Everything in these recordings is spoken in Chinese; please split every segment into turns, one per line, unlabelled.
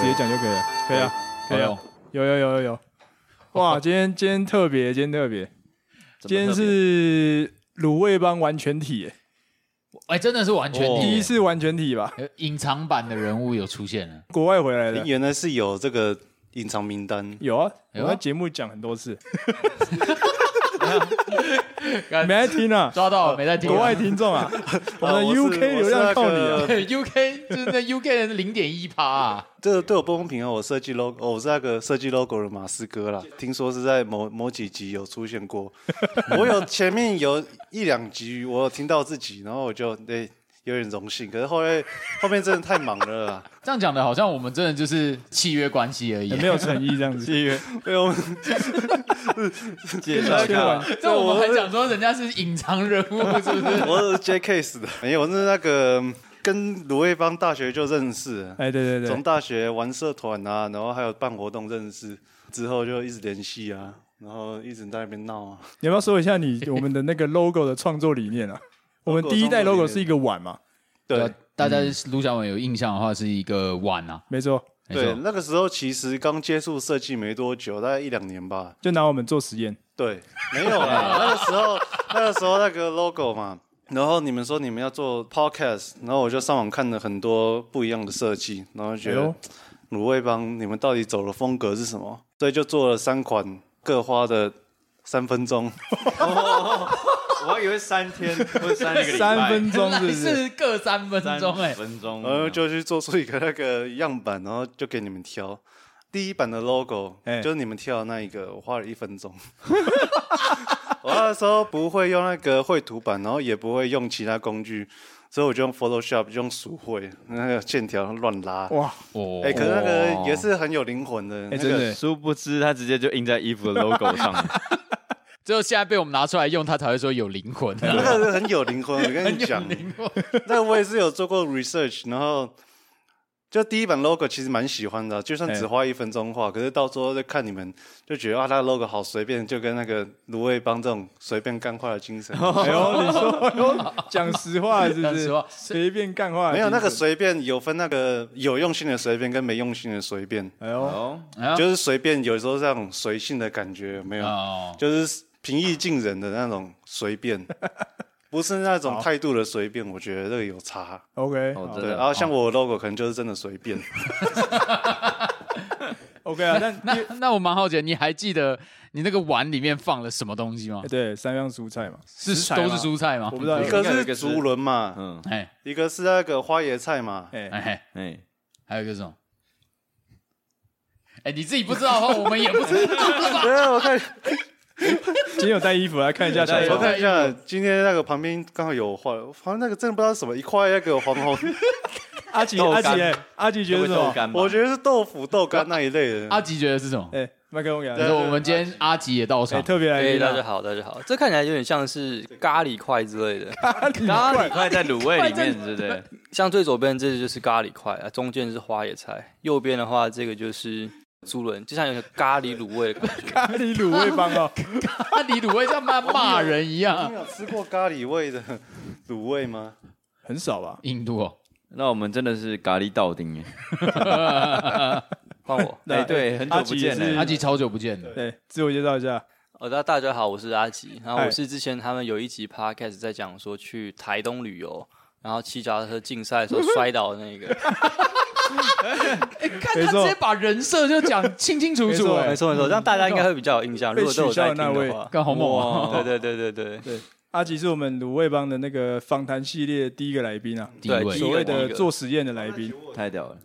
直接讲就可以了。可以啊，
哎
可以啊，有有有有有。哇，今天今天特别，今天特别，今天是卤味帮完全体耶，
哎，真的是完全
第
第
一
一次
次完全体吧？
隐藏版的人物有出现了，
国外回来的
原来是有这个隐藏名单，
有啊，
有
我
啊
在节目讲很多次，没在听 啊，
抓到了没在听啊？
国 外听众啊，我们的
我是
UK 流量靠你
我是那
啊
个。
UK 就是那 UK 的零点一趴啊，
这个对我不公平啊！我设计 logo，、我是那个设计 logo 的马斯哥啦，听说是在某某几集有出现 过。我有前面有一两集我有听到自己，然后我就对、有点荣幸，可是后来后面真的太忙了啦。
这样讲的好像我们真的就是契约关系而已 啊
也。没有诚意这样 子，
对，我们介绍一下，
那我们还讲说人家是隐藏人物，是不是？
我是 J Case 的，没有，我是那个跟卢卫邦大学就认识了，
哎，对对
从
对，
大学玩社团啊，然后还有办活动认识，之后就一直联系啊，然后一直在那边闹啊。
你要不要说一下你我们的那个 logo 的创作理念啊？我们第一代 logo 是一个碗嘛，
对，
啊大家卢小文有印象的话，是一个碗啊，
没错，
没
对，
错，
那个时候其实刚接触设计没多久，大概一两年吧。
就拿我们做实验，
对，没有啦，那个时候那个时候那个 logo 嘛。然后你们说你们要做 podcast，然后我就上网看了很多不一样的设计，然后觉
哎
得
呦
卤味帮你们到底走的风格是什么？所以就做了三款，各花的三分钟。
我还以为三天或者三个礼拜，
三分钟是
还
不 是？
是各三分
三
钟哎，
分
嗯
钟，呃
然后就去做出一个那个样板，然后就给你们挑。第一版的 logo、
哎
就是你们挑的那一个，我花了一分钟。我那时候不会用那个绘图板，然后也不会用其他工具，所以我就用 Photoshop 用鼠绘那个线条乱拉。
哇，
哦
哎、可是那个也是很有灵魂的，
哎，
那
真
个
的，
殊不知他直接就印在 衣服的 logo 上了。
只有现在被我们拿出来用，他才会说有灵魂。
那个很有灵魂。我跟
很
你
有
讲，
灵魂，
那我也是有做过 research，然后就第一版 logo 其实蛮喜欢的，就算只花一分钟画，可是到时候就看你们就觉得啊，它的 logo 好随便，就跟那个芦苇帮这种随便干话的精 神。
哦
哎呦，你说哎呦，讲实话是不
讲
是
实话？
随便干话，
没有那个，随便有分那个有用心的随便跟没用心的随便，
哎呦，
哦，
啊
就是随便有时候这种随性的感觉有没有，
哦，
就是平易近人的那种随 便，不是那种态度的随便，我觉得这个有差。
OK，
哦
好
真
对，
的
然后像我的 logo 可能就是真的随便。
，OK 啊，但
那那我蛮好奇的，你还记得你那个碗里面放了什么东西吗
哎？对，三样蔬菜嘛，
是
食材
都
嘛
是蔬菜吗
我？不知道
一，个是竹轮嘛，
嗯，
哎
一个是那个花椰菜嘛，
哎，
哎，
嘿
哎，
还有一个是什么？哎，你自己不知道的话，我们也不知道。
啊今天有带衣服来看一下小
有
我
丑
带，
看一下，今天那个旁边刚好有画，好像那个真的不知道是什么一块那个黄红，
阿吉，
豆
阿
干
吉，哎阿吉觉得
会
什
豆
么？
干吗？
我觉得是豆腐豆干那一类
阿
的。
吉觉得是 什么？
哎，麦克风给他
你说我们今天阿吉也到
哎，
场，
特别来
对，
宾啊
大家好，大家好。这看起来有点像是咖喱块之类的，
阿 吉
咖喱块在卤味里面，对不 对？
像最左边这就是咖喱块啊，中间是花野菜，右边的话这个就是猪轮，就像有个咖喱卤味的感觉。
咖喱卤味帮哦，
阿吉卤味像骂骂人一样
你。有吃过咖喱味的卤味吗？
很少吧？
印度哦，
那我们真的是咖喱道丁耶
换
，
我
那
哎对很久不见
阿吉
嘞
是
哦阿吉超久不见了。
对，哎自我介绍一下。
哦，大大家好，我是阿吉，然后
嗨
我是之前他们有一集 podcast 在讲说去台东旅游。然后骑脚踏车竞赛的时候摔倒的 那个，
哎，看
没
他
错
直接把人设就讲清清楚楚。哎
没，错没错，这样大家 应该会比较有印象。
被
如果都有
取消的
在
那
听
位
的话，哦
干好猛啊！
对对对对对，
阿吉是我们卤味帮的那个访谈系列第一个来宾啊，
第一
对
位
第一
所
个
谓的做实验的来宾。
太屌了！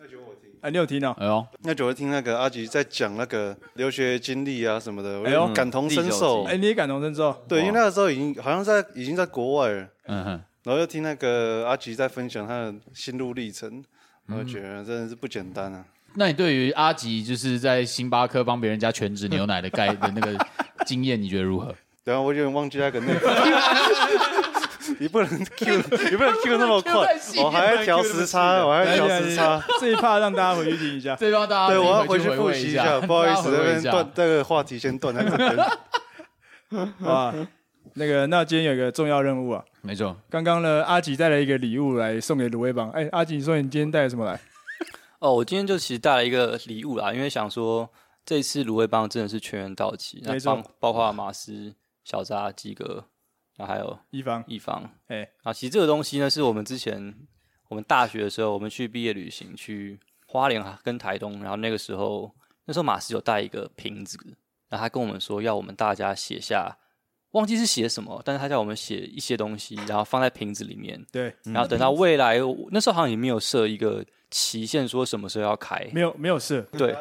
啊，你有听到？
哎呦，
那就会听那个阿吉在讲那个留学经历啊什么的，我
哎呦
就感同身
嗯
受
哎，。你也感同身受？
对，因为那个时候已经好像在已经在国外了，
嗯哼，
然后又听那个阿吉在分享他的心路历程，我觉得真的是不简单啊。
那你对于阿吉就是在星巴克帮别人加全脂牛奶的盖 的那个经验，你觉得如何？
等啊一下我有点忘记那个内容。你不能 Q，你不能 Q 那么快
不能 cue 太细，
我还要调时差，我还要
来
调
来
时
来
差。
哎这一趴让大家回去听一下。
这让大家
对，
自
我要
己回
去
回
复
味
习
一
一下，不好意思，这
大家回味
边
一下
断这个话题先断在这边。
啊，那个，那今天有一个重要任务啊。
没错，
刚刚呢，阿吉带了一个礼物来送给卤味帮。哎，阿吉，你说你今天带了什么来？
哦，我今天就其实带了一个礼物啦，因为想说这次芦苇帮真的是全员到齐，那
没错
包包括马斯、小扎、鸡哥，然后还有
一方，
一方。
哎、
啊，其实这个东西呢，是我们之前我们大学的时候，我们去毕业旅行去花莲啊跟台东，然后那个时候那时候马斯有带一个瓶子，然后他跟我们说要我们大家写下，忘记是写什么，但是他叫我们写一些东西，然后放在瓶子里面，
对，
然后等到未来，我那时候好像也没有设一个期限，说什么时候要开，
没有没有事，
对。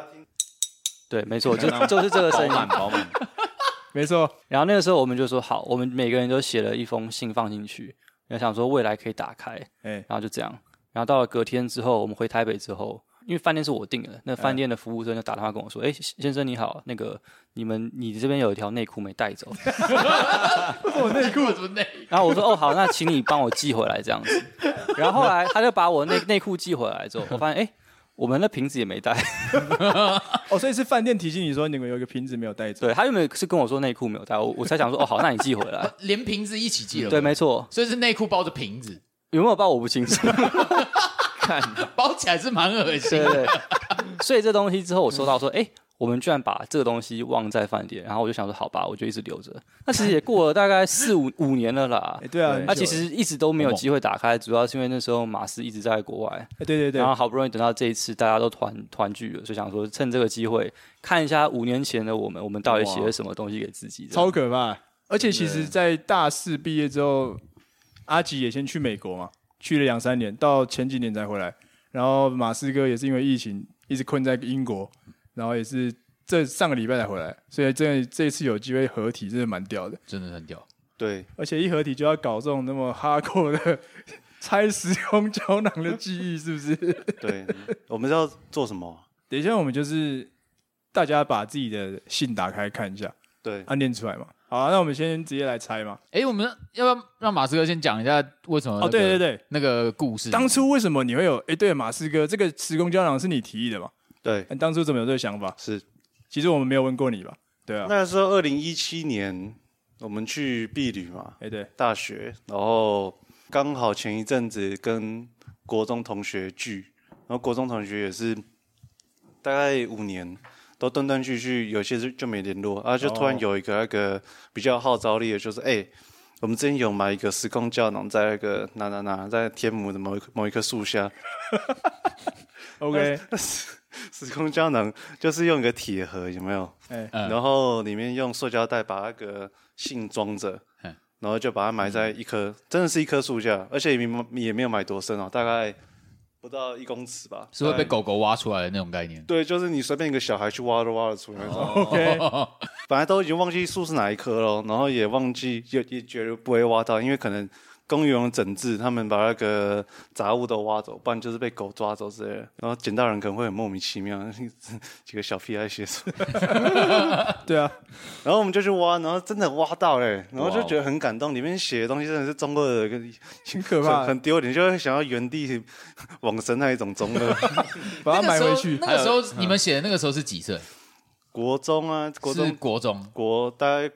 对，没错，就就是这个声音。
饱满，
没错，
然后那个时候我们就说好，我们每个人都写了一封信放进去，然后想说未来可以打开，
哎、
然后就这样。然后到了隔天之后，我们回台北之后，因为饭店是我订的，那饭店的服务生就打电话跟我说：“哎、先生你好，那个你们你这边有一条内裤没带走。
我内裤怎么内？”
然后我说：“哦，好，那请你帮我寄回来这样子。”然后后来他就把我内 内裤寄回来之后，我发现哎、我们的瓶子也没带。
哦，所以是饭店提醒你说你们有一个瓶子没有带走，
对他原本是跟我说内裤没有带，我我才想说：“哦，好，那你寄回来。
连瓶子一起 寄”了。
对，没错，
所以是内裤包着瓶子，
有没有报我不清楚。
包起来是蛮恶心
对
的。
对 对。所以这东西之后，我收到说，哎、我们居然把这个东西忘在饭店，然后我就想说，好吧，我就一直留着。那其实也过了大概四五五年了啦
哎、。对啊，很
那
久
其
了、
实一直都没有机会打开，主要是因为那时候马斯一直在国外，
哎对对对
然，后好不容易等到这一次大家都团团聚了，所以想说趁这个机会看一下五年前的我们，我们到底写了什么东西给自己。这样
超可怕。而且其实，在大四毕业之后，阿吉也先去美国嘛，去了两三年，到前几年才回来。然后马斯哥也是因为疫情一直困在英国，然后也是这上个礼拜才回来，所以这这一次有机会合体，真的蛮屌的。
真的很屌。
对，
而且一合体就要搞这种那么哈扣的 拆时空胶囊的记忆，是不是？
对，我们要做什么？
等一下，我们就是大家把自己的信打开看一下，
对，
啊，念出来嘛。好、啊，那我们先直接来猜嘛。
哎，我们要不要让马斯克先讲一下为什么？
哦，对对，对，
那个故事
当初为什么你会有？哎，对，马斯哥，这个时空胶囊是你提议的嘛？
对，
你当初怎么有这个想法？
是
其实我们没有问过你吧？对啊，
那时候二零一七年，我们去避旅嘛，
哎，对，
大学，然后刚好前一阵子跟国中同学聚，然后国中同学也是大概五年。都断断续续，有些就就没联络啊，就突然
哦
有一个那个比较号召力的，就是哎、我们之前有买一个时空胶囊，在那个哪哪哪，在天母的某一棵某一棵树下，
OK，
时空胶囊就是用一个铁盒，有没有？
哎
嗯
然后里面用塑胶袋把那个信装着，
嗯
然后就把它埋在一棵，真的是一棵树下，而且也没也没有埋多深哦，大概不到一公尺吧。
是会被狗狗挖出来的那种概念。
对，就是你随便一个小孩去挖都挖得出 来那哦种。
OK，
本来都已经忘记树是哪一棵了，然后也忘记也也觉得不会挖到，因为可能公园有整治，他们把那个杂物都挖走，不然就是被狗抓走之类的。然后捡到人可能会很莫名其妙， 几个小屁孩写什么？
对啊，
然后我们就去挖，然后真的挖到嘞、然后就觉得很感动，里面写的东西真的是中二的，跟
挺可
很
怕的，
很丢脸，就会想要原地往生那一种中二。
把它
那
买
个时
回
候
去。嗯
那个时候你们写的那个时候是几岁？
国中啊，国
是
中
国中，
国大概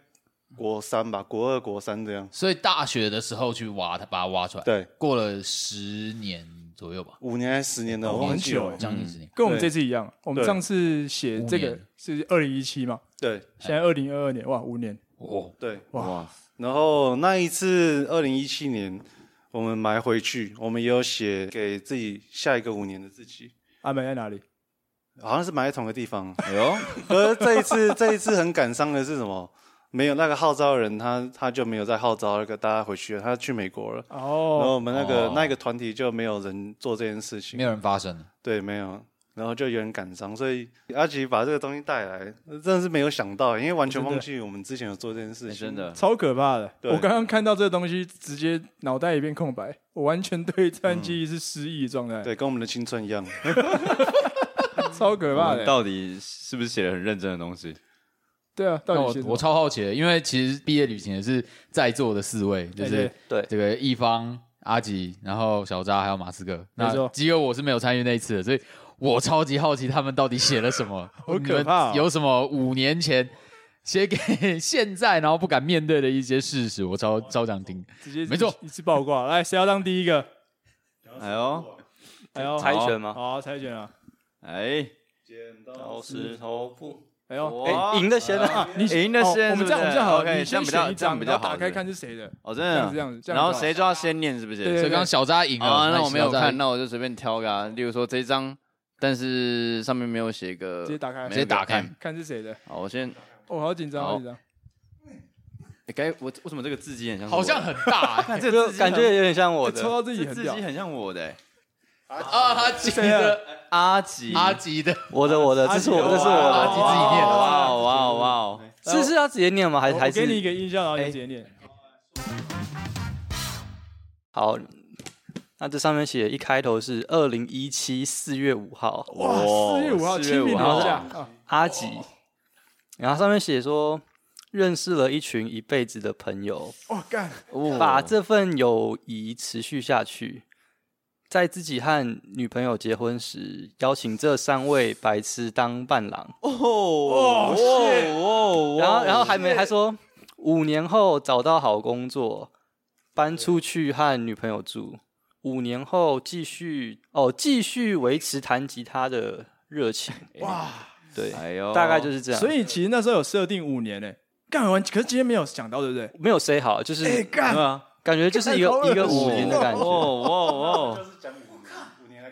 国三吧，国二国三这样。
所以大学的时候去挖它，把它挖出来。
对，
过了十年左右吧，
五年还是十年了，我忘记
久
了
欸。
将近十年。
跟我们这次一样，我们
对哎
上次写嗯这
五
个
年
是二零一七嘛，
对
现在二零二二年，哇，五年，
哦，
对，
哇，
然后那一次，二零一七年我们埋回去，我们也有写给自己下一个五年的自己，
阿美在哪里？
好像是埋在同个地方。
哎呦，
而这一次，这一次很感伤的是什么？没有那个号召的人，他他就没有再号召那个大家回去了，他去美国了。然
哦，
后我们那个、
哦
那个团体就没有人做这件事情，
没有人发生了。
对，没有，然后就有点感伤，所以阿吉把这个东西带来，真的是没有想到，因为完全忘记我们之前有做这件事
哎
情，
真的，
超可怕的！
对
我刚刚看到这东西，直接脑袋一片空白，我完全对这段记忆是失忆的状态，
对，跟我们的青春一样。
超可
我
怕
们
的。
到底是不是写的很认真的东西？
对啊，到
那
底
我
写什么
我超好奇的，因为其实毕业旅行也是在座的四位，就
哎对
是
对
对
这个一方、阿吉，然后小扎还有马斯克。
没
那
错
基哥我是没有参与那一次的，所以我超级好奇他们到底写了什么，
好可怕哦
你们有什么五年前写给 现在然后不敢面对的一些事实，我超超想听。
直接
没错
一次爆挂。来，谁要当第一个？
哎呦，
哎呦，
猜
好
拳吗？
好，猜拳啊！
哎，
老石头布，
哎呦，
哎，赢的先啊！
你
赢的先
哦我们这样我们这样好了，
OK，
你
这
先
样比较
选一
这样
张，
比
然
较
后
好
打开
对
看是谁的。
哦，真的啊
这样子这样子这样
然后
比较好
谁抓先念是不是？
对
所以刚刚小扎赢了
啊，那我没有
小扎
看，那我就随便挑个啊，例如说这一张，但是上面没有写个，
直接打开
直接打开。
看是谁的。
好，我先，
我好紧张，
好
好紧张。
哎该我为什么这个字迹很像是我
好
的？
像很 大欸
看
这
这
个
字迹
感觉有点像我
抽
的，
到自己
这
很
字
屌
迹，很像我的欸
啊，阿吉
谁啊
的
阿吉，
阿吉的，
我的，我的，
阿
这
吉
是我，这是
有
我
啊
阿
的
吉。自己念的。
哇哦哇哦哇哦！
是是要直接念吗？还
我
还
我给你一
是
个音效，
哎
然后你直接念。
好？那这上面写一开头是二零一七四月五号，
哇，四月五号，清明年假，啊
阿吉，然后上面写说认识了一群一辈子的朋友，
哇哦干，
把这份友谊持续下去。在自己和女朋友结婚时，邀请这三位白痴当伴郎，
哦，shit，
哦
然后然后还没还说五年后找到好工作，搬出去和女朋友住，五年后继续哦继续维持弹吉他的热情。哇，对，
哎呦，
大概就是这样。
所以其实那时候有设定五年诶，干完，可是今天没有想到，对不对？
没有 say 好，就是、
哎干
对，啊，
感觉就是一
干好
个
恶
一个五
心
年的感觉。
哦哦哦，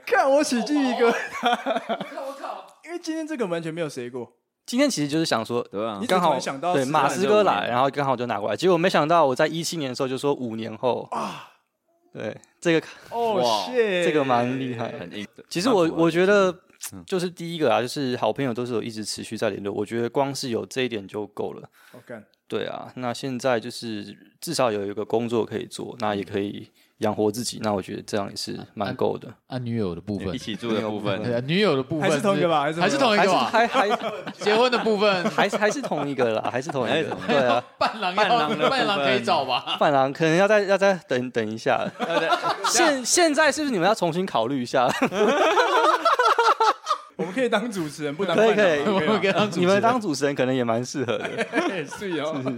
看我起鸡一个，因为今天这个完全没有谁过，
今天其实就是想说，
对啊
你，怎
刚
么
好
会想到
对
是
马斯哥
五
来，
年
然后刚好就拿过来，结果没想到我在一七年的时候就说五年后啊，对这个
哦
哇
，shit，
这个蛮厉害的。
很硬。
其实我我觉得
嗯
就是第一个啊，就是好朋友都是有一直持续在联络，我觉得光是有这一点就够了。
哦干，
对啊，那现在就是至少有一个工作可以做，那
嗯
也可以养活自己，那我觉得这样也是蛮够的。
啊，女友的部分
一，起住的部分，
对啊，女友的部分
还是同一个吧还是
还是同一
还
个
是
吧？
还还
结婚的部分，
还是还是同一个啦，还是同一个。对啊，
伴郎
伴郎的部
要
分
伴郎可以找吧？
伴郎可能要再要再等等一下。现现在是不是你们要重新考虑一下？
我们可以当主持人，不当
可以
伴郎
可以
吗
我们可以当主持人
你们当主持人可能也蛮适合的，
可以是哦。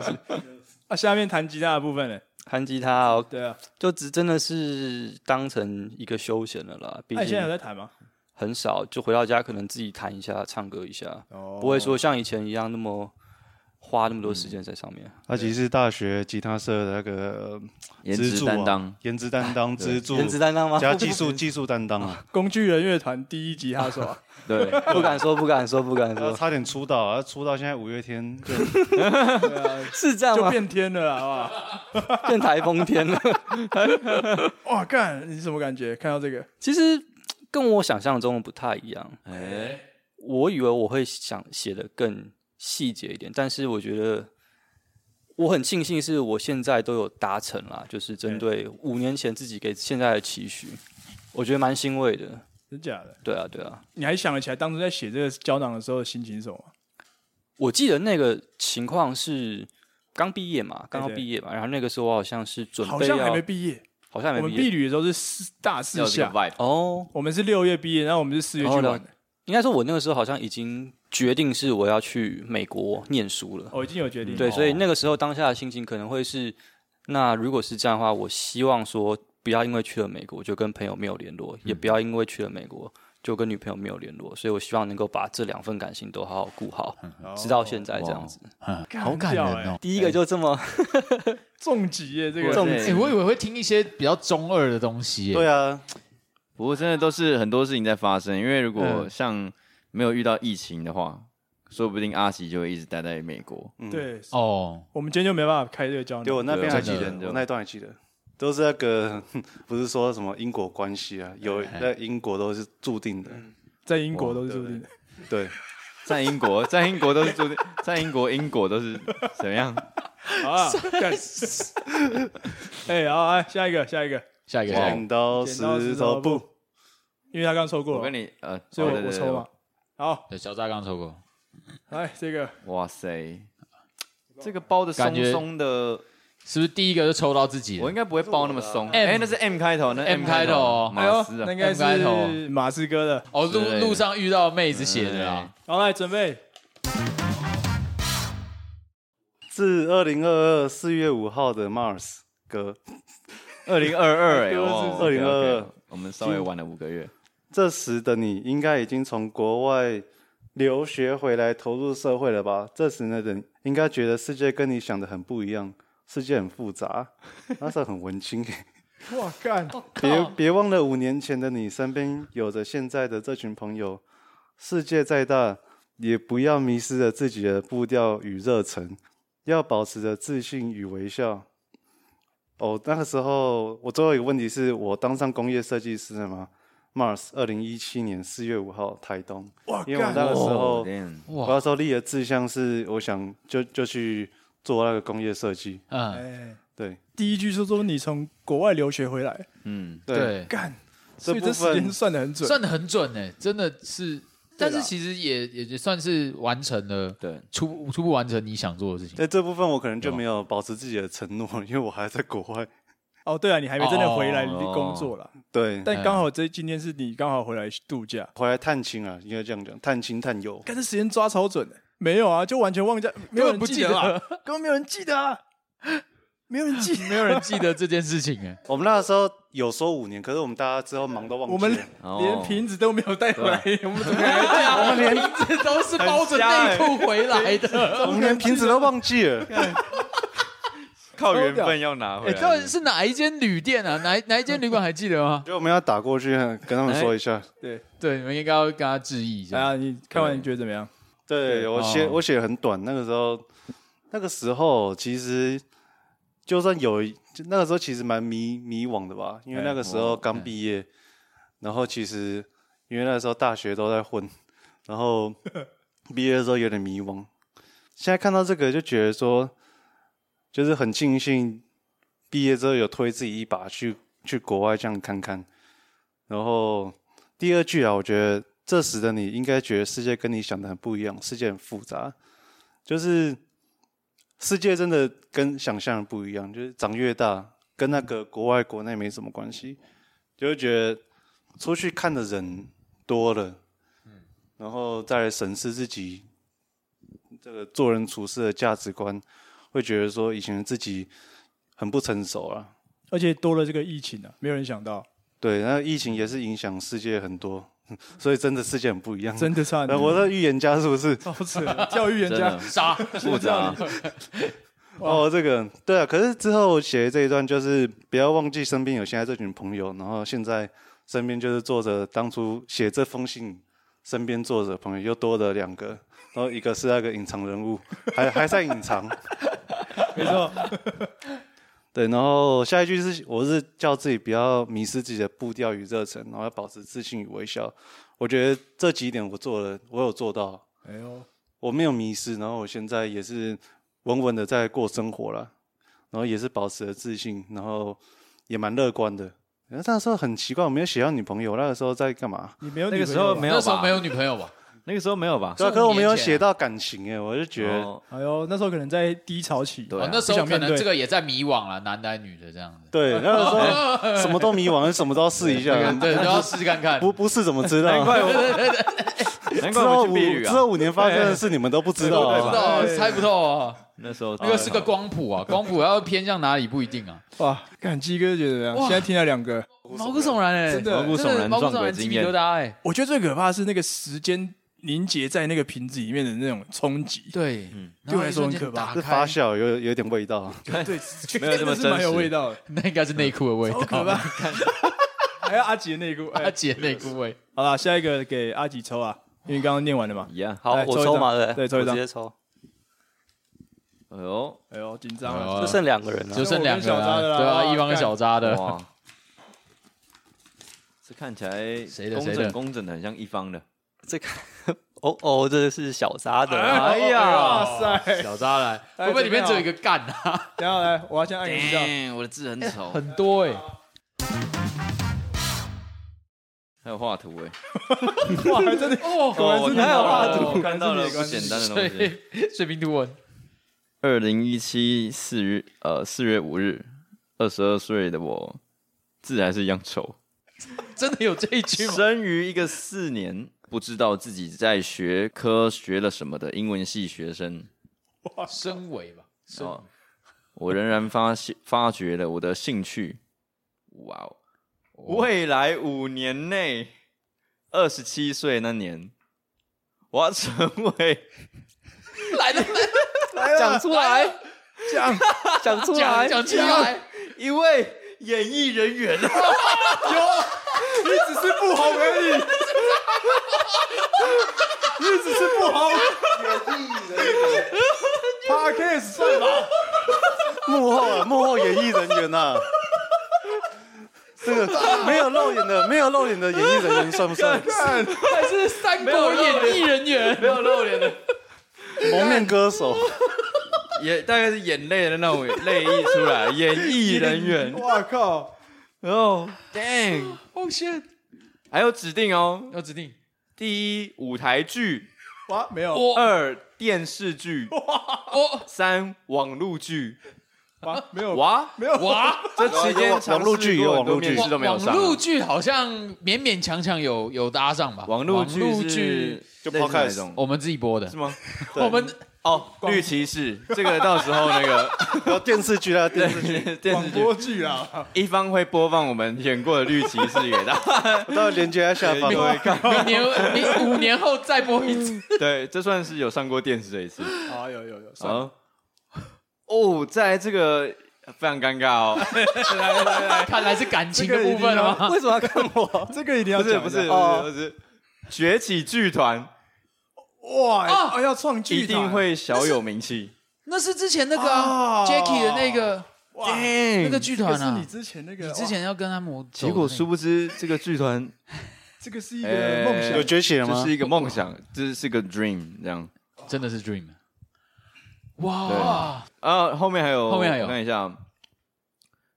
啊，下面弹吉他的部分呢？
弹吉他哦，
对啊，
就只真的是当成一个休闲了啦。毕
那你现在有
竟
在弹吗？
很少，就回到家可能自己弹一下、唱歌一下，
哦
不会说像以前一样那么花那么多时间在上面。
阿吉是大学吉他社的那个呃
颜
支
值
柱啊
担当，
颜值担当、支柱
颜值担当吗？
加技术技术担 当啊，
工具人乐团第一吉他手啊，
对，
不敢说，不敢说，不敢
他
说，
差点出道啊，他出道现在五月天就
是这样
就
吗？
变天了啦，好不好？
变台风天了。
哇，干，你是什么感觉？看到这个，
其实跟我想象中的不太一样。
哎，
我以为我会想写的更细节一点，但是我觉得我很庆幸是我现在都有达成啦，就是针对五年前自己给现在的期许，我觉得蛮欣慰的。
真假的？
对啊，对啊，
你还想得起来当初在写这个胶囊的时候的心情是什么吗？
我记得那个情况是刚毕业嘛，刚
对
刚毕业嘛，然后那个时候我好像是准
好
备要，
像还没毕业，
好像还
我
没
们
毕
毕
业
旅的时候是四大四
要这
下，
个 vibe，
哦，
我们是六月毕业，然后我们是四月去
哦了
玩
解
的。
应该说我那个时候好像已经决定是我要去美国念书了。
我已经有决定，
对，所以
哦
那个时候当下的心情可能会是，那如果是这样的话，我希望说不要因为去了美国就跟朋友没有联络，
嗯
也不要因为去了美国就跟女朋友没有联络，所以我希望能够把这两份感情都好好顾好，
嗯
直到现在这样子。
哦好感人
干掉
哦
欸！
第一个就这么，
重疾耶，这个
重
哎，我以为会听一些比较中二的东西，
对
啊，
啊，
不过真的都是很多事情在发生，因为如果
嗯
像没有遇到疫情的话，说不定阿奇就会一直待在美国。
嗯
对，
哦，
我们今天就没办法开这个胶
对
囊。
我那边还记
真
得
的，
我那一段还记得，都是那个 不是说什么因果关系啊，有在英国都是注定的，
在英国都是注定的，
对，
在英国，在英国都是注定，在英国英国都是怎 么样？
好啊，干哎，好，来下一个，下一个，
下一个，
哇
下一个
剪刀
剪刀
石
石
头
头
布，
布，因为他刚抽过
我跟
了，
你呃，
所以
哦
我我抽。
对对
嘛。好，
对，小扎刚抽过，
来这个，
对哇塞，这个包的松
感觉
松的，
是不是第一个就抽到自己
我
了
应该不会包那么松。
M
哎，那是 M 开头，那
M
开
开头哦
哎
马
呦，
斯啊
那应该
M 开头
是马斯哥的。
哦，
之类
路
的
路上遇到妹子写的啊，
好，来准备，
自二零二二四月五号的 Mars 歌，
二零二二哎，哎
歌是
哇，
2022
OK，OK，我们稍微晚了五个月。
这时的你应该已经从国外留学回来，投入社会了吧？这时的你应该觉得世界跟你想的很不一样，世界很复杂，那时候很文青。
哇干，
哦
别别忘了，五年前的你身边有着现在的这群朋友。世界再大，也不要迷失了自己的步调与热忱，要保持着自信与微笑。哦，那个时候我最后一个问题是我当上工业设计师了吗？Mars，二零一七年四月五号，台东。
哇
因为我
干，
那个时候，
damn
哇
我那时候立的志向是，我想就就去做那个工业设计。
嗯，
哎，
对
第一句就说你从国外留学回来，
嗯，
对，
对，
干，所以
部
这
分
时间算的很准。
算的很准哎、真的是，但是其实也也也算是完成了
对，
初初步完成你想做的事情。
在这部分我可能就没有保持自己的承诺，因为我还在国外。
哦，对啊，你还没真的回来
哦哎
工作了，
对，
但刚好这今天是你刚好回来度假，
回来探亲啊，应该这样讲，探亲探友。
干这时间抓超准的。没有啊，就完全忘记，没有人记得啊， 根本没有人记得啊，没有人记得，
没有人记得这件事情 哎、
我们那个时候有说五年，可是我们大家之后忙都忘记了。
我们
哦
连瓶子都没有带回来，我们怎么还
我们连 这都是包着内裤回来的。
我们连瓶子都忘记了。
靠缘分要拿回
哎，
来。
到底是哪一间旅店啊？哪一哪一间旅馆还记得吗？
就我们要打过去跟他们
哎
说一下。
对，你们应该要跟他致意一下。
啊，你看完你觉得怎么样？
对我写、
哦
我写得很短，那个时候那个时候其实就算有一就那个时候其实蛮迷迷惘的吧，因为
哎
那个时候刚毕业，然后其实因为那时候大学都在混，然后毕业的时候有点迷惘。现在看到这个就觉得说，就是很庆幸毕业之后有推自己一把去去国外这样看看。然后第二句啊，我觉得这时的你应该觉得世界跟你想的很不一样，世界很复杂，就是世界真的跟想象的不一样，就是长越大跟那个国外国内没什么关系，就会觉得出去看的人多了，然后再来审视自己这个做人处事的价值观，会觉得说以前的自己很不成熟啊。
而且多了这个疫情啊，没有人想到，
对，那疫情也是影响世界很多， 所以真的世界很不一样。
真的差很
呃，
多，
我的预言家是不是？
超扯，教育人
真
家
的
啥？
复杂，啊
哦，这个对啊。可是之后我写的这一段就是不要忘记身边有现在这群朋友，然后现在身边就是坐着当初写这封信，身边坐着的朋友又多了两个，然后一个是那个隐藏人物，还 还在隐藏。
没错，
对，然后下一句是，我是叫自己不要迷失自己的步调与热忱，然后要保持自信与微笑。我觉得这几点我做了，我有做到，
哎呦，
我没有迷失，然后我现在也是稳稳的在过生活了，然后也是保持了自信，然后也蛮乐观的。然后那时候很奇怪，我没有写到女朋友，那个时候在干嘛？
你没有
那
女
个
朋
时
友啊
候
吧
没有
那时候
吧
没有女朋友吧？
那个时候没 有吧？
对啊，可是我没有
年前
写到感情哎，我就觉得、
哦
哎呦，那时候可能在低潮期，
对啊
哦那时候可
不想面
能
对
这个也在迷惘了，男的女的这样子。
对，那个时候什么都迷惘，什么都要试 一
对
下，
对，都要试试看看。
不不试怎么知道？
难怪我，难
之
怪我
后
去
五
避旅
之
啊。
后五年发生的事，你们都不知道
不
啊
知道啊，猜不透啊。
那时候哎
那个是个光谱啊，光谱要偏向哪里不一定啊。
哇，感激哥觉得怎样？
哇
现在听了两个，
毛骨悚然哎，
真的毛
骨悚然
真的毛骨悚
撞鬼
然，
经
鸡皮
验
疙瘩哎。
我觉得最可怕的是那个时间凝结在那个瓶子里面的那种冲击，
对，
对我来说很可怕
是发酵有有点味道。啊
对，
没有这么
真的是蛮有
真实
味道的，
那应该是内裤的味
好可
道，
怕， 还有阿吉的内裤， 哎
阿姐内裤味。
好了，下一个给阿吉抽啊，因为刚刚念完了嘛。
一样。
好
来，抽
我
一张
抽嘛，对不
对抽一
我
张
直接抽，
哎呦，
哎呦，紧张
哎
了，
呦
就剩两个人了
就。剩两个
我跟小扎的
了，
啦
对啊，
哇
一方跟小扎的，
哇，这看起来
谁的
工
谁的
整工整的，很像一方的。
这个，哦哦，这个是小沙的啊，
哎呀
哇塞！
小扎来，
哎
会不会里面只有一个干啊？
等一下来，我要先按个一下。
嗯
Damn，我的字很丑，
很多哎，
还有画图 哎。
哇，还真的
哦，
果然
我
是你
看到
画
了
图
哦我看到了
果
不
然是
简
你
单 的东西。
水水平图文，
二零一七四日，呃，四月五日，二十二岁的我，字还是一样丑。
真的有这一句吗？
生于一个四年不知道自己在学科学了什么的英文系学生，
身尾吧，身
哦，我仍然发现发掘了哦我的兴趣。哇哦！未来五年内，二十七岁那年，我要成为
来了，
讲出来，
讲
讲出
讲
来，
讲出来，
一位演艺人员。
你只是不红而已，你只是不红。Podcast 算吧，
幕后啊，幕后演艺人员呐、啊。这个没有露脸的，没有露脸的演艺人员算不算？
看
还是三国演艺人员，没有露脸的，
蒙面歌手，
也大概是眼泪的那种泪溢出来，演艺人 员。
哇靠！
然后，dang，
哦天，
还有指定哦，
要指定
第一舞台剧，
哇，没有
我
二电视剧，
我
三网络剧。
哇，没有
哇，
没有
哇，
这期间
有网络剧有网络剧
尝试过很多面试都没有上
网。
啊
络剧好像勉勉强强有有搭上吧，
啊网络剧
网络
是
剧
就
类似
podcast
哪种
我们自己播的
是，吗？
对
我们
哦， 绿骑士这个到时候那个
然后电视剧啊，电视剧，
对电视
广
剧
播剧啊，
一方会播放我们演过的绿骑士给大 家
我到连接在下
都
方。
会看。
明年明五年后再播一次，
对，这算是有上过电视的一次。
啊有有有，算了
好，哦，在这个非常尴尬 哦，
看来是感情的部分了吗？
为什么要看我？
这个一定要
不是
讲
不
一
是
下哦
不是不是，崛起剧团
哇，哦要创剧
一
团
定会小有名气。
那是之前那个
哦
j a c k i e 的那个
哇，
哎
那个剧团
这是
啊
你，之前那个，
你之前要跟他们，
结果殊不知这个剧团
哇这个是一个
哎
梦想
有，崛起了
这
吗
是？一个梦想，这是个 dream 这样。
真的是 dream，哇，
啊，后面还有，
后面还有
我看一下，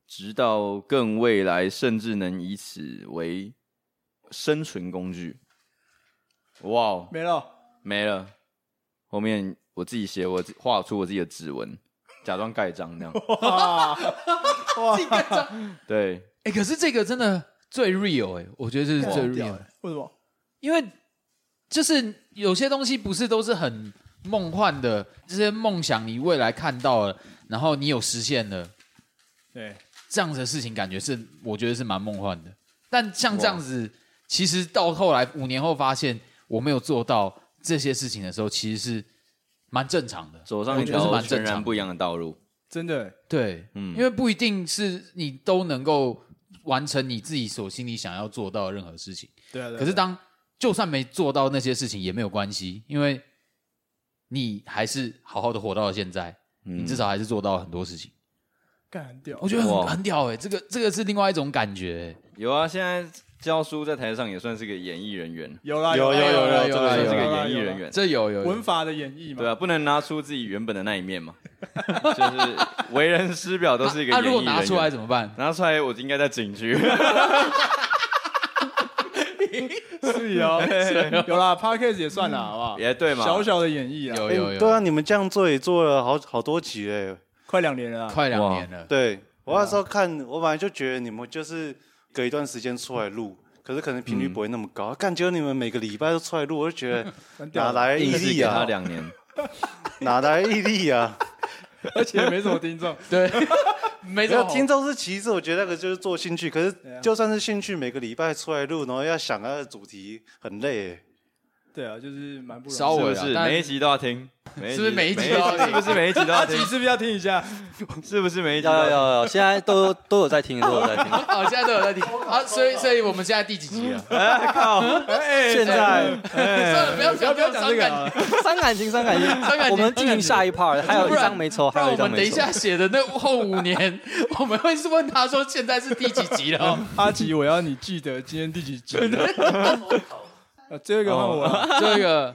直到更未来，甚至能以此为生存工具。哇哦，
没了，
没了。后面我自己写，我自画出我自己的指纹，假装盖章 那样。
自己盖章
对，
哎，可是这个真的最 real 哎，我觉得这是最
哇
real，
欸为什么？
因为就是有些东西不是都是很梦幻的，这些梦想你未来看到了，然后你有实现了，
对，
这样子的事情，感觉是我觉得是蛮梦幻的。但像这样子，其实到后来五年后发现我没有做到这些事情的时候，其实是蛮正常的，
走上
我
一
觉得是
条
蛮
全
正
然
常
不
的。
一样的道路。
真的欸
对，
嗯
因为不一定是你都能够完成你自己所心里想要做到的任何事情。
对啊，对啊
可是当就算没做到那些事情也没有关系，因为你还是好好的活到了现在，你至少还是做到了很多事情。
干很屌
我，觉得
哇
很很屌哎、这个这个是另外一种感觉、欸。
有啊，现在教书在台上也算是个演艺人员，
有啦
有
啦
有有
啦
有
啦
算
有
是个
啦
演艺
有啦
人员。
这有有有
文法的演绎嘛，
对啊，不能拿出自己原本的那一面嘛， 就是为人师表都是一个
啊
演
啊
艺
如果
人员。
拿出来怎么办？
拿出来，我应该在警局。
是有，是啊有啦 p a r k a s 也算啦，好不好？
也对嘛
小小的演绎啊，
有有有，
对啊，你们这样做也做了好好多集嘞。
快两年了啊，
快两年了。
对我那时候看，我本来就觉得你们就是隔一段时间出来录，可是可能频率不会那么高。感觉你们每个礼拜都出来录，我就觉得
蛮屌
哪
的，
来毅
硬是
力
给他
啊？
两年，
哪来毅力啊？
而且也没什么听众，
对，
没
没
有
错，
听众是其次，我觉得那个就是做兴趣。可是就算是兴趣，每个礼拜出来录，然后要想那个主题，很累欸。
对啊，就是蛮不容易。
稍
是
微
不
啊
是？
但
每一集都要听，是
是不是每一集都要听
是不是每一集都要
阿
听
吉？ 是不是要听一下？
是不是每一集都
要
要
要
听？
要要，现在都都有在听，都有在听。
哦，现在都有在听啊，所以所以我们现在第几集了？哎
现在
算了，不要
不要
讲，
不要讲这个啊，
伤感情，伤感情，
伤感情
我们进行下一 part，还有一
不然
张没
不
抽，还
然
有一
我
张
们等
没
一
抽。
下写的那后五年， 我们会是问他说现在是第几集了 哦？
阿吉，我要你记得今天第几集 了。啊，这个换我了。
这个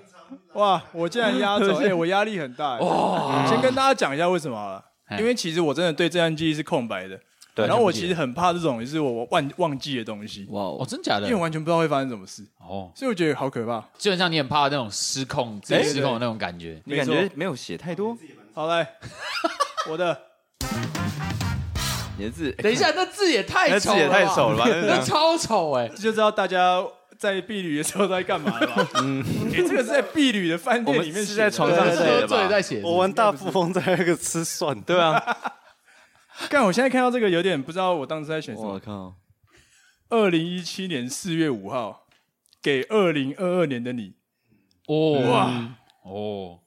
哇，我竟然压 轴，哎，我压力很大。哇，先跟大家讲一下为什么好了，因为其实我真的对这段记忆是空白的。
哎对
然后我其实很怕这种，就是我忘忘记的东西，
哇
哦，
哦，
真假的
因为我完全不知道会发生什么事，
哦，
所以我觉得好可怕。
就很像你很怕那种失控、自己失控的那种感觉。
你感
没
觉
错
没有写太多，
好来， 我的
你的字
等一下，那字也太
那
丑
字
了，
也太丑，了吧？那
那
是
超丑哎！
这就知道大家在避旅的时候都在干嘛了 吧？嗯，这个是在避旅的饭
我
店
们
里面
是在
写的
床上
那
写
时候
的
作者
吧？
在写，
我玩大富翁在那个吃 蒜，
对啊，
干，我现在看到这个有点不知道我当时在选什
我
么。
靠，
二零一七年四月五号，给二零二二年的你。
哦哇哦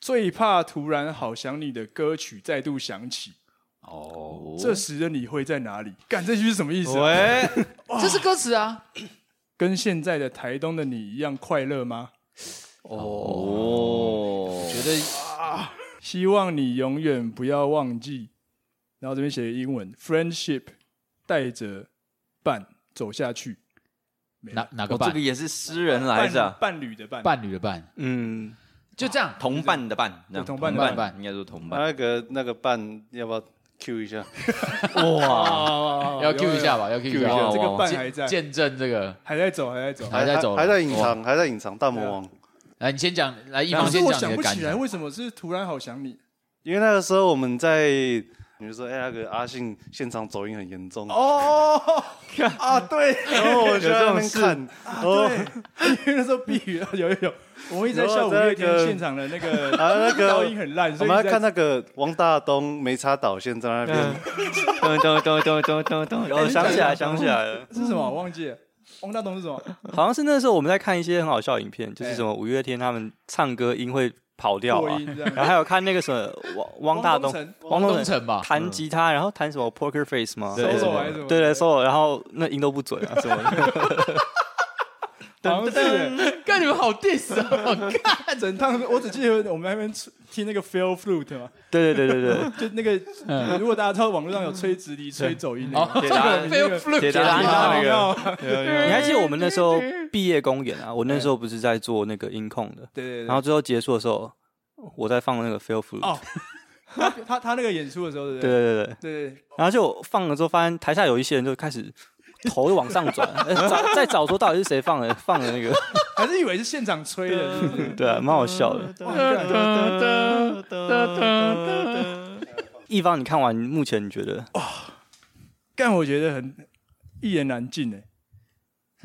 最怕突然好想你的歌曲再度响起，
哦，
这时的你会在哪里？干这句是什么意思啊、
喂，
这是歌词啊。
跟现在的台东的你一样快乐吗？
哦，
觉得
希望你永远不要忘记。然后这边写英文，friendship 带着伴走下去，
哪哪个
我这个
伴
也是诗人来着
伴
啊，
伴侣的伴，
伴侣的伴，
嗯，
就这样。
同伴的伴，这样
同伴的
伴
应该说同伴。
那个那个伴要不要 Q 一下？
哇，
哦
要 Q 一下，吧，要 Q 一
有
下
有有这个伴
见
还在，
见证这个。
还在走，还在走。
还在走了
还在隐藏，还在隐藏大魔王。
来，你先讲，来一
可
方
是
先
我
讲
想
你
不
的感
起来，
觉。
为什么是突然好想你？
因为那个时候我们在，你就说，哎，那个阿信现场走音很严重，
哦 啊，对，
然后我就在那边
事
看，哦，
对，因为那时候避雨有有有，我们一直在
然后
笑五
在那
月天
个
现场的那个
啊那 个
噪音很烂，
我
所以一
们要
直在
看那个王大东没插导线在那边，
咚咚咚咚咚咚咚，
哦，想起来，想起来了，
是什么？我忘记了。汪大东是什么？
好像是那时候我们在看一些很好笑的影片，就是什么五月天他们唱歌音会跑调
破
啊，
音这样。
然后还有看那个什么王王大东、
成
汪
东
城
城吧，
弹吉他，然后弹什么 Poker Face 吗？
对
对
，solo 还是什么
对对 solo，然后那音都不准啊，什么 的
好像是
干你们好 diss 哦！
欸整趟，我只记得我们那边吹听那个 fail flute 嘛，
对对对 对对，
就那
嗯
个，如果大家知道网络上有吹直笛、吹走音的，
哦，这个 fail flute，
铁
哦
达尼
号
号
那
那个，
个，
你还记得我们那时候毕业公演啊？我那时候不是在做那个音控的，
对对对。
然后最后结束的时候，我在放那个 Feel Free，、
哦，他他他那个演出的时候，对不对
对对对对，
对对，
然后就放了之后，发现台下有一些人就开始头就往上转，呃找在找说到底是谁放的放的那个，
还是以为是现场吹的，是不是
对啊，蛮好笑的。
哇干
一方，你看完目前你觉得
干，我觉得很一言难尽哎。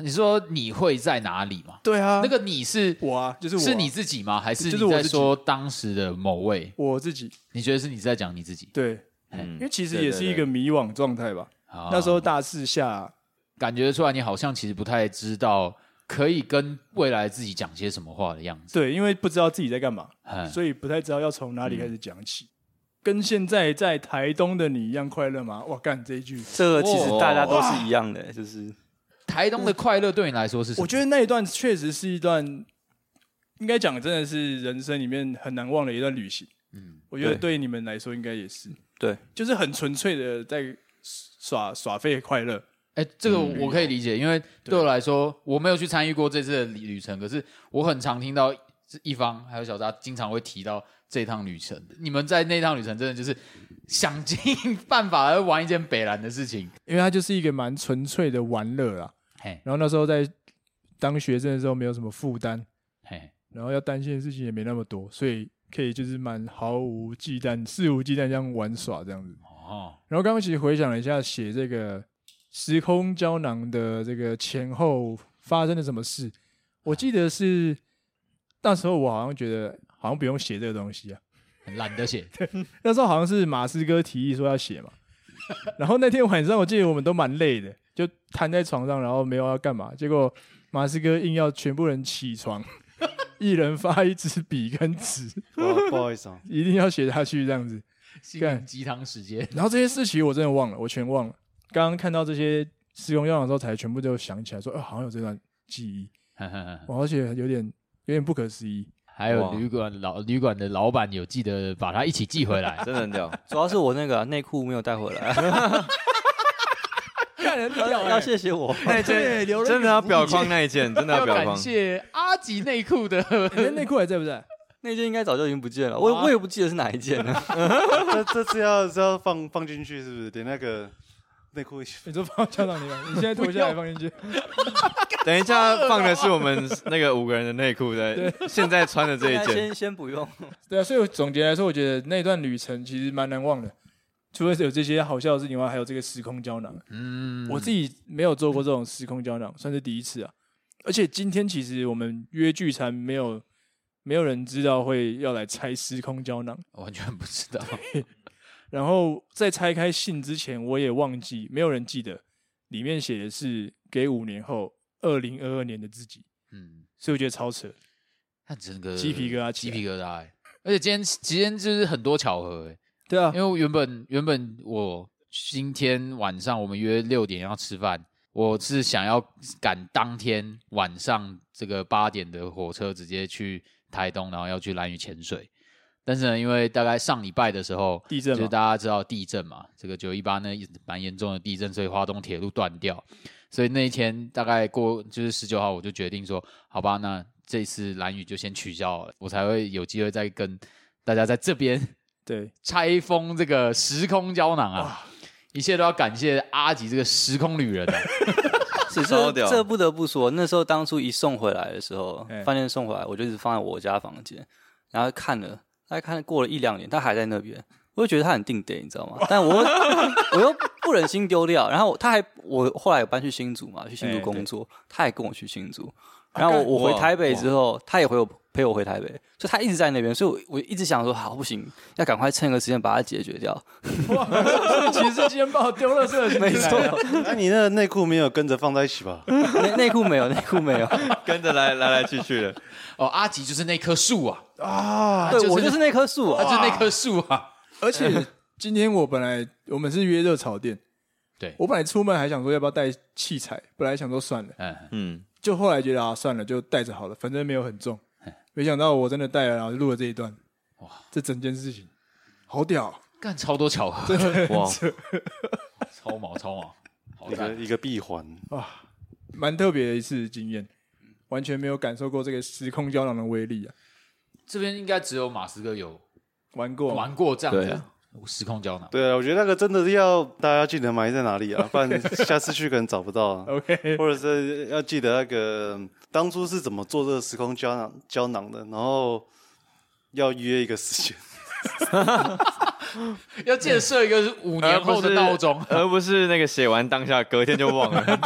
你说你会在哪里吗？
对啊
那个你是
我啊，就是我啊
是你自己吗？还是
就是
你
我
在
自己
说当时的某位？
我自己，
你觉得是你在讲你自己？
对，
嗯
因为其实
对
也
对
是一
对
个迷惘状态吧。
啊
那时候大四下，
感觉出来，你好像其实不太知道可以跟未来自己讲些什么话的样子。
对，因为不知道自己在干嘛，
嗯，
所以不太知道要从哪里开始讲起。跟现在在台东的你一样快乐吗？哇，干这一句，
这个其实大家都是一样的、欸就是
台东的快乐对你来说是什么？
我觉得那一段确实是一段，应该讲真的是人生里面很难忘的一段旅行。嗯，我觉得对你们来说应该也是，
对，
就是很纯粹的在耍耍废快乐。
哎、这个我可以理解，因为对我来说，我没有去参与过这次的旅旅程，可是我很常听到一方还有小扎经常会提到这趟旅程。你们在那趟旅程真的就是想尽办法来玩一件北兰的事情，
因为它就是一个蛮纯粹的玩乐啦。
嘿，
然后那时候在当学生的时候没有什么负担，
嘿，
然后要担心的事情也没那么多，所以可以就是蛮毫无忌惮、肆无忌惮这样玩耍这样子。
哦，
然后刚刚其实回想了一下，写这个时空胶囊的这个前后发生了什么事，我记得是那时候我好像觉得好像不用写这个东西啊，
很懒得写，
那时候好像是马斯哥提议说要写嘛，然后那天晚上我记得我们都蛮累的，就瘫在床上，然后没有要干嘛，结果马斯哥硬要全部人起床，一人发一支笔跟纸，
哇不好意思啊，
一定要写下去这样子。
心灵鸡汤时 间。
然后这些事情我真的忘了，我全忘了。刚刚看到这些施工要的时候，才全部都想起来说，哦、好像有这段记忆，哇而且有点有点不可思议。
还有旅馆老旅馆的老板有记得把它一起寄回 来，
真的很屌，
主要是我那个啊内裤没有带回来，
看人
要 要谢谢我。
哎，
对留了
真的要表框那一件，真的
要
要表
感
框。
谢阿吉内裤的
你的内裤还在不在？
那件应该早就已经不见了，我我也不记得是哪一件 了。
这这次要是要放放进去是不是？连那个内裤一起
你说放到胶囊里面，你现在脱下来放进去。
等一下放的是我们那个五个人的内裤的，现在穿的 这一件。
先先不用，
对啊，所以我总结来说，我觉得那段旅程其实蛮难忘的。除了有这些好笑的事情外，还有这个时空胶囊。 嗯，我自己没有做过这种时空胶囊，算是第一次啊。而且今天其实我们约聚餐，没有没有人知道会要来拆时空胶囊。
完全不知道。
然后在拆开信之前，我也忘记，没有人记得里面写的是给五年后二零二二年的自己，
嗯，
所以我觉得超扯。
那整个
鸡皮疙瘩起
鸡
来
皮疙瘩、欸。而且今天今天就是很多巧合、欸，
对啊
因，为我原本原本我今天晚上我们约六点要吃饭，我是想要赶当天晚上这个八点的火车直接去台东，然后要去蓝屿潜水。但是呢，因为大概上礼拜的时候
地震嘛
就是大家知道地震嘛，这个九一八那一蛮严重的地震，所以花东铁路断掉，所以那一天大概过就是十九号，我就决定说，好吧，那这次蓝屿就先取消了，我才会有机会再跟大家在这边
对，
拆封这个时空胶囊啊！一切都要感谢阿吉这个时空旅人、啊，
是超
这
屌，
这不得不说，那时候当初一送回来的时候
哎，
饭店送回来，我就一直放在我家房间，然后看了，大概看了过了一两年，它还在那边，我就觉得它很定得，你知道吗？但我又我又不忍心丢掉，然后他还我后来有搬去新竹嘛，去新
哎
竹
对
工作，他也跟我去新竹，然后我我回
哇
台北之后，他也回我陪我回台北，所以他一直在那边，所以我我一直想说，好不行，要赶快趁个时间把它解决掉。
哇，其实今天把我丢了这，
没错，
那你那个内裤没有跟着放在一起 吧？
内内裤没有，内裤没有。
跟着来来来去去的，
哦，阿吉就是那棵树啊，
啊！
对
就是
我就是那棵树
他
啊
就，是那棵树啊，
而且今天我本来我们是约热炒店，
对
我本来出门还想说要不要带器材，本来想说算了，
嗯，
嗯，
就后来觉得啊算了，就带着好了，反正没有很重。没想到我真的带了，然后就录了这一段。哇，这整件事情好屌！
干超多巧合，
哇，
超毛超毛，好
一个
赞，
一个闭环，
蛮特别的一次经验，完全没有感受过这个时空胶囊的威力啊！
这边应该只有马斯克有
玩过 吗？
玩过这样
对
的
啊
时空胶囊，
对啊，我觉得那个真的是要大家记得埋在哪里啊， 不然下次去可能找不到 啊。
OK，
或者是要记得那个嗯当初是怎么做这个时空胶囊胶囊的，然后要约一个时 间。
要建设一个是五年后的闹钟，
而不是那个写完当下隔天就忘了。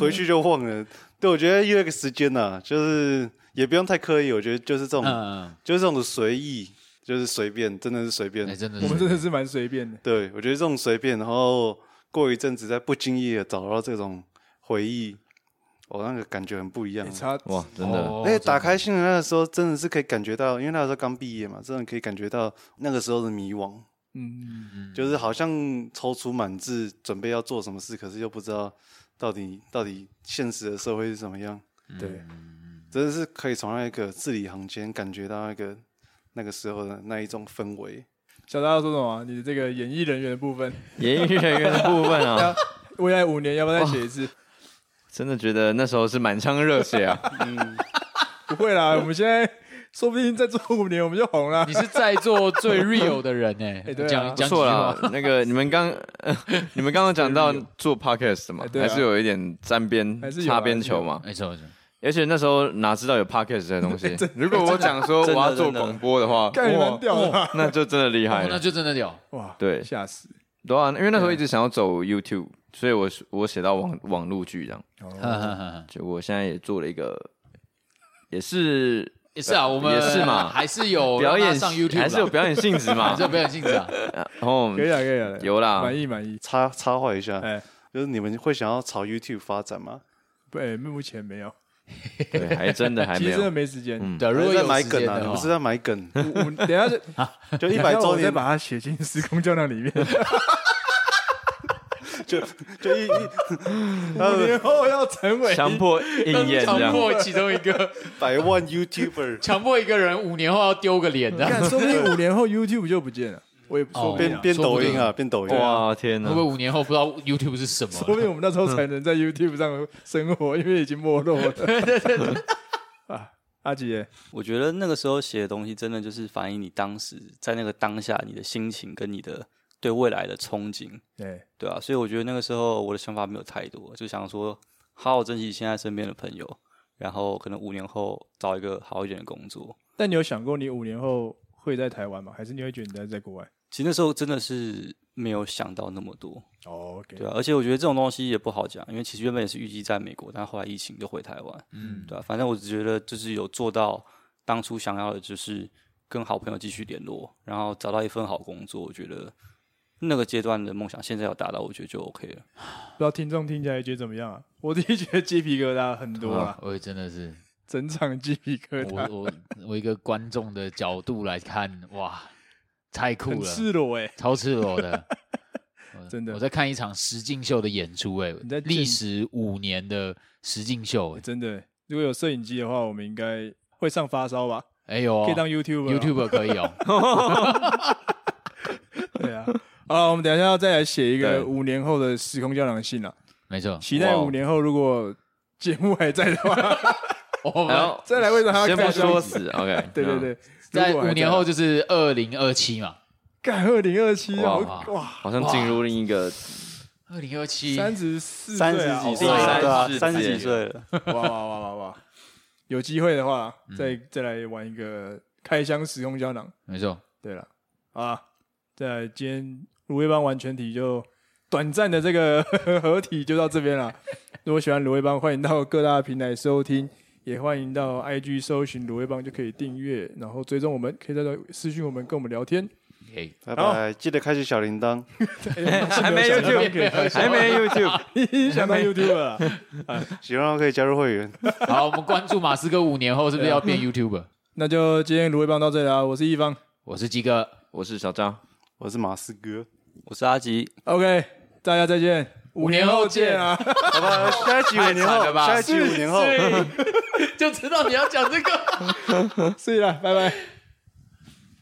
回去就忘了。对，我觉得约个时间呐、就是也不用太刻意，我觉得就是这种，
嗯，
就是这种的随意，就是随便，真的是随便。
哎，真的
我们真
是
的是蛮随便的。
对，我觉得这种随便，然后过一阵子再不经意的找到这种回忆，我、那个感觉很不一样啊
你。哎差
哇，真的，
哦
而且哎打开心的那个时候，真的是可以感觉到，因为那个时候刚毕业嘛，真的可以感觉到那个时候的迷惘，
嗯，
就是好像踌躇满志，准备要做什么事，可是又不知道到底到底现实的社会是怎么样。
对，嗯
真的是可以从那个字里行间感觉到那个那个时候的那一种氛围。
小大要说什么啊？你的这个演艺人员的部分，
演艺人员的部分啊，
未来五年要不要再写一次？
真的觉得那时候是满腔热血啊。
不会啦，我们现在说不定再做五年我们就红了
你。是在座最 real 的人哎
哎对，啊
讲
不
讲
不
几句
错
话
啦，，那个你们刚、 呃你们刚刚讲到做 podcast 的嘛，
哎对啊
还是有一点沾边
还是有啊
擦边球嘛。
没错没错，哦
而且那时候哪知道有 podcast 这东西？如果我讲说我
真的
要做
真的
广播的话，
干你蛮
哇，
屌的吧，
那就真的厉害
哦那
了。
就真的屌，
哇，
对
吓死！
对啊，因为那时候一直想要走 YouTube，所以我我写到网网路剧这样。
哼哼哼哼
结果我现在也做了一个，也是
也是啊，我们
也是嘛
还是有
表演
让他上 YouTube，啦
还是有表演性质嘛
还是。有表演性质啊，
然后
可以了，可以了，
嗯有啊啦，
满意满意。
插插话一下，
哎，
就是你们会想要朝 YouTube 发展吗？
不，哎，目前没有，
对，还真的还
其
没
实真的
有。
没时间。
对，如
还
果
是在
有
买
时间
梗啊，
的
你
话
们是在买梗，
我们等一下就
就 一
等
百
一下
周
我再
年，
把它写进时空胶囊里面。
就就一一
五年后要成为
强迫应验这
强
样，
迫其中一个，
百万 YouTuber
强迫一个人五年后要丢个脸的，
干，说不定五年后 YouTube 就不见了，我也不说
哦
不定
变变抖音啊，变抖音啊，
哇天哪
会不！会五年后不知道 YouTube 是什
说不
么？啊
定我们那时候才能在 YouTube 上生活，因为已经没落了。 啊，阿杰，
我觉得那个时候写的东西，真的就是反映你当时在那个当下你的心情跟你的对未来的憧憬，
哎，
对啊，所以我觉得那个时候我的想法没有太多，就想说好好珍惜现在身边的朋友，然后可能五年后找一个好一点的工作。
但你有想过你五年后会在台湾吗？还是你会觉得你在在国外？
其实那时候真的是没有想到那么多，
哦，OK，
对啊，而且我觉得这种东西也不好讲，因为其实原本也是预计在美国，但后来疫情就回台湾，嗯，对啊，反正我只觉得就是有做到当初想要的，就是跟好朋友继续联络，然后找到一份好工作，我觉得那个阶段的梦想，现在有达到，我觉得就 OK 了。
不知道听众听起来觉得怎么样啊？ 我自己觉得鸡皮疙瘩很多 啊，
我也真的是，
整场鸡皮疙
我
瘩，
我我一个观众的角度来看，哇，太酷
很
了，
赤裸哎、
超赤裸的，
真的
我在看一场实境秀的演出、欸，
你
哎
在，
历
见
时五年的实境秀、欸，
真的欸、如果有摄影机的话，我们应该会上发烧吧？
哎呦、
可以当啊 YouTube。
YouTuber 可以哦、
对啊。啊，我们等一下要再来写一
对
个五年后的时空胶囊信啊，
没错，
期待
哇哦
五年后如果节目还在的话，
我
然
们
后
再来为什么还要
先不
开箱
说死，OK，
对对
嗯，
对，
在
如果还
五年
啊
后就是二零二七嘛，
干二零二七，
哇
好哇，
好像进入另一个
二零二七
三十四啊
三十几岁
哦
哇
了
对啊，
三十
三十
几
几岁了，
哇哇哇哇哇！有机会的话，再再来玩一个开箱时空胶囊。
没错，
对了，啊，再来今天卤味帮完全体就短暂的这个 合体就到这边了。如果喜欢卤味帮，欢迎到各大平台收听，也欢迎到 IG 搜寻卤味帮就可以订阅，然后追踪我们，可以在这私讯我们跟我们聊天。
可以，
拜拜，记得开启小铃铛。
还
没 YouTube
可以开箱
还没 YouTube，
已经想到 YouTube 了啊。
喜欢的话可以加入会员。
好，我们关注马斯克五年后是不是要变
啊
YouTuber？
那就今天卤味帮到这里啊，我是一方
我是鸡哥，
我是小张。
我是马斯哥，
我是阿吉，
，OK，大家再见，五
年后见
啊。
好 吧，下一集五年
太惨了
后，
吧
下一集五年后。
就知道你要讲这个。
啊是啦，拜拜。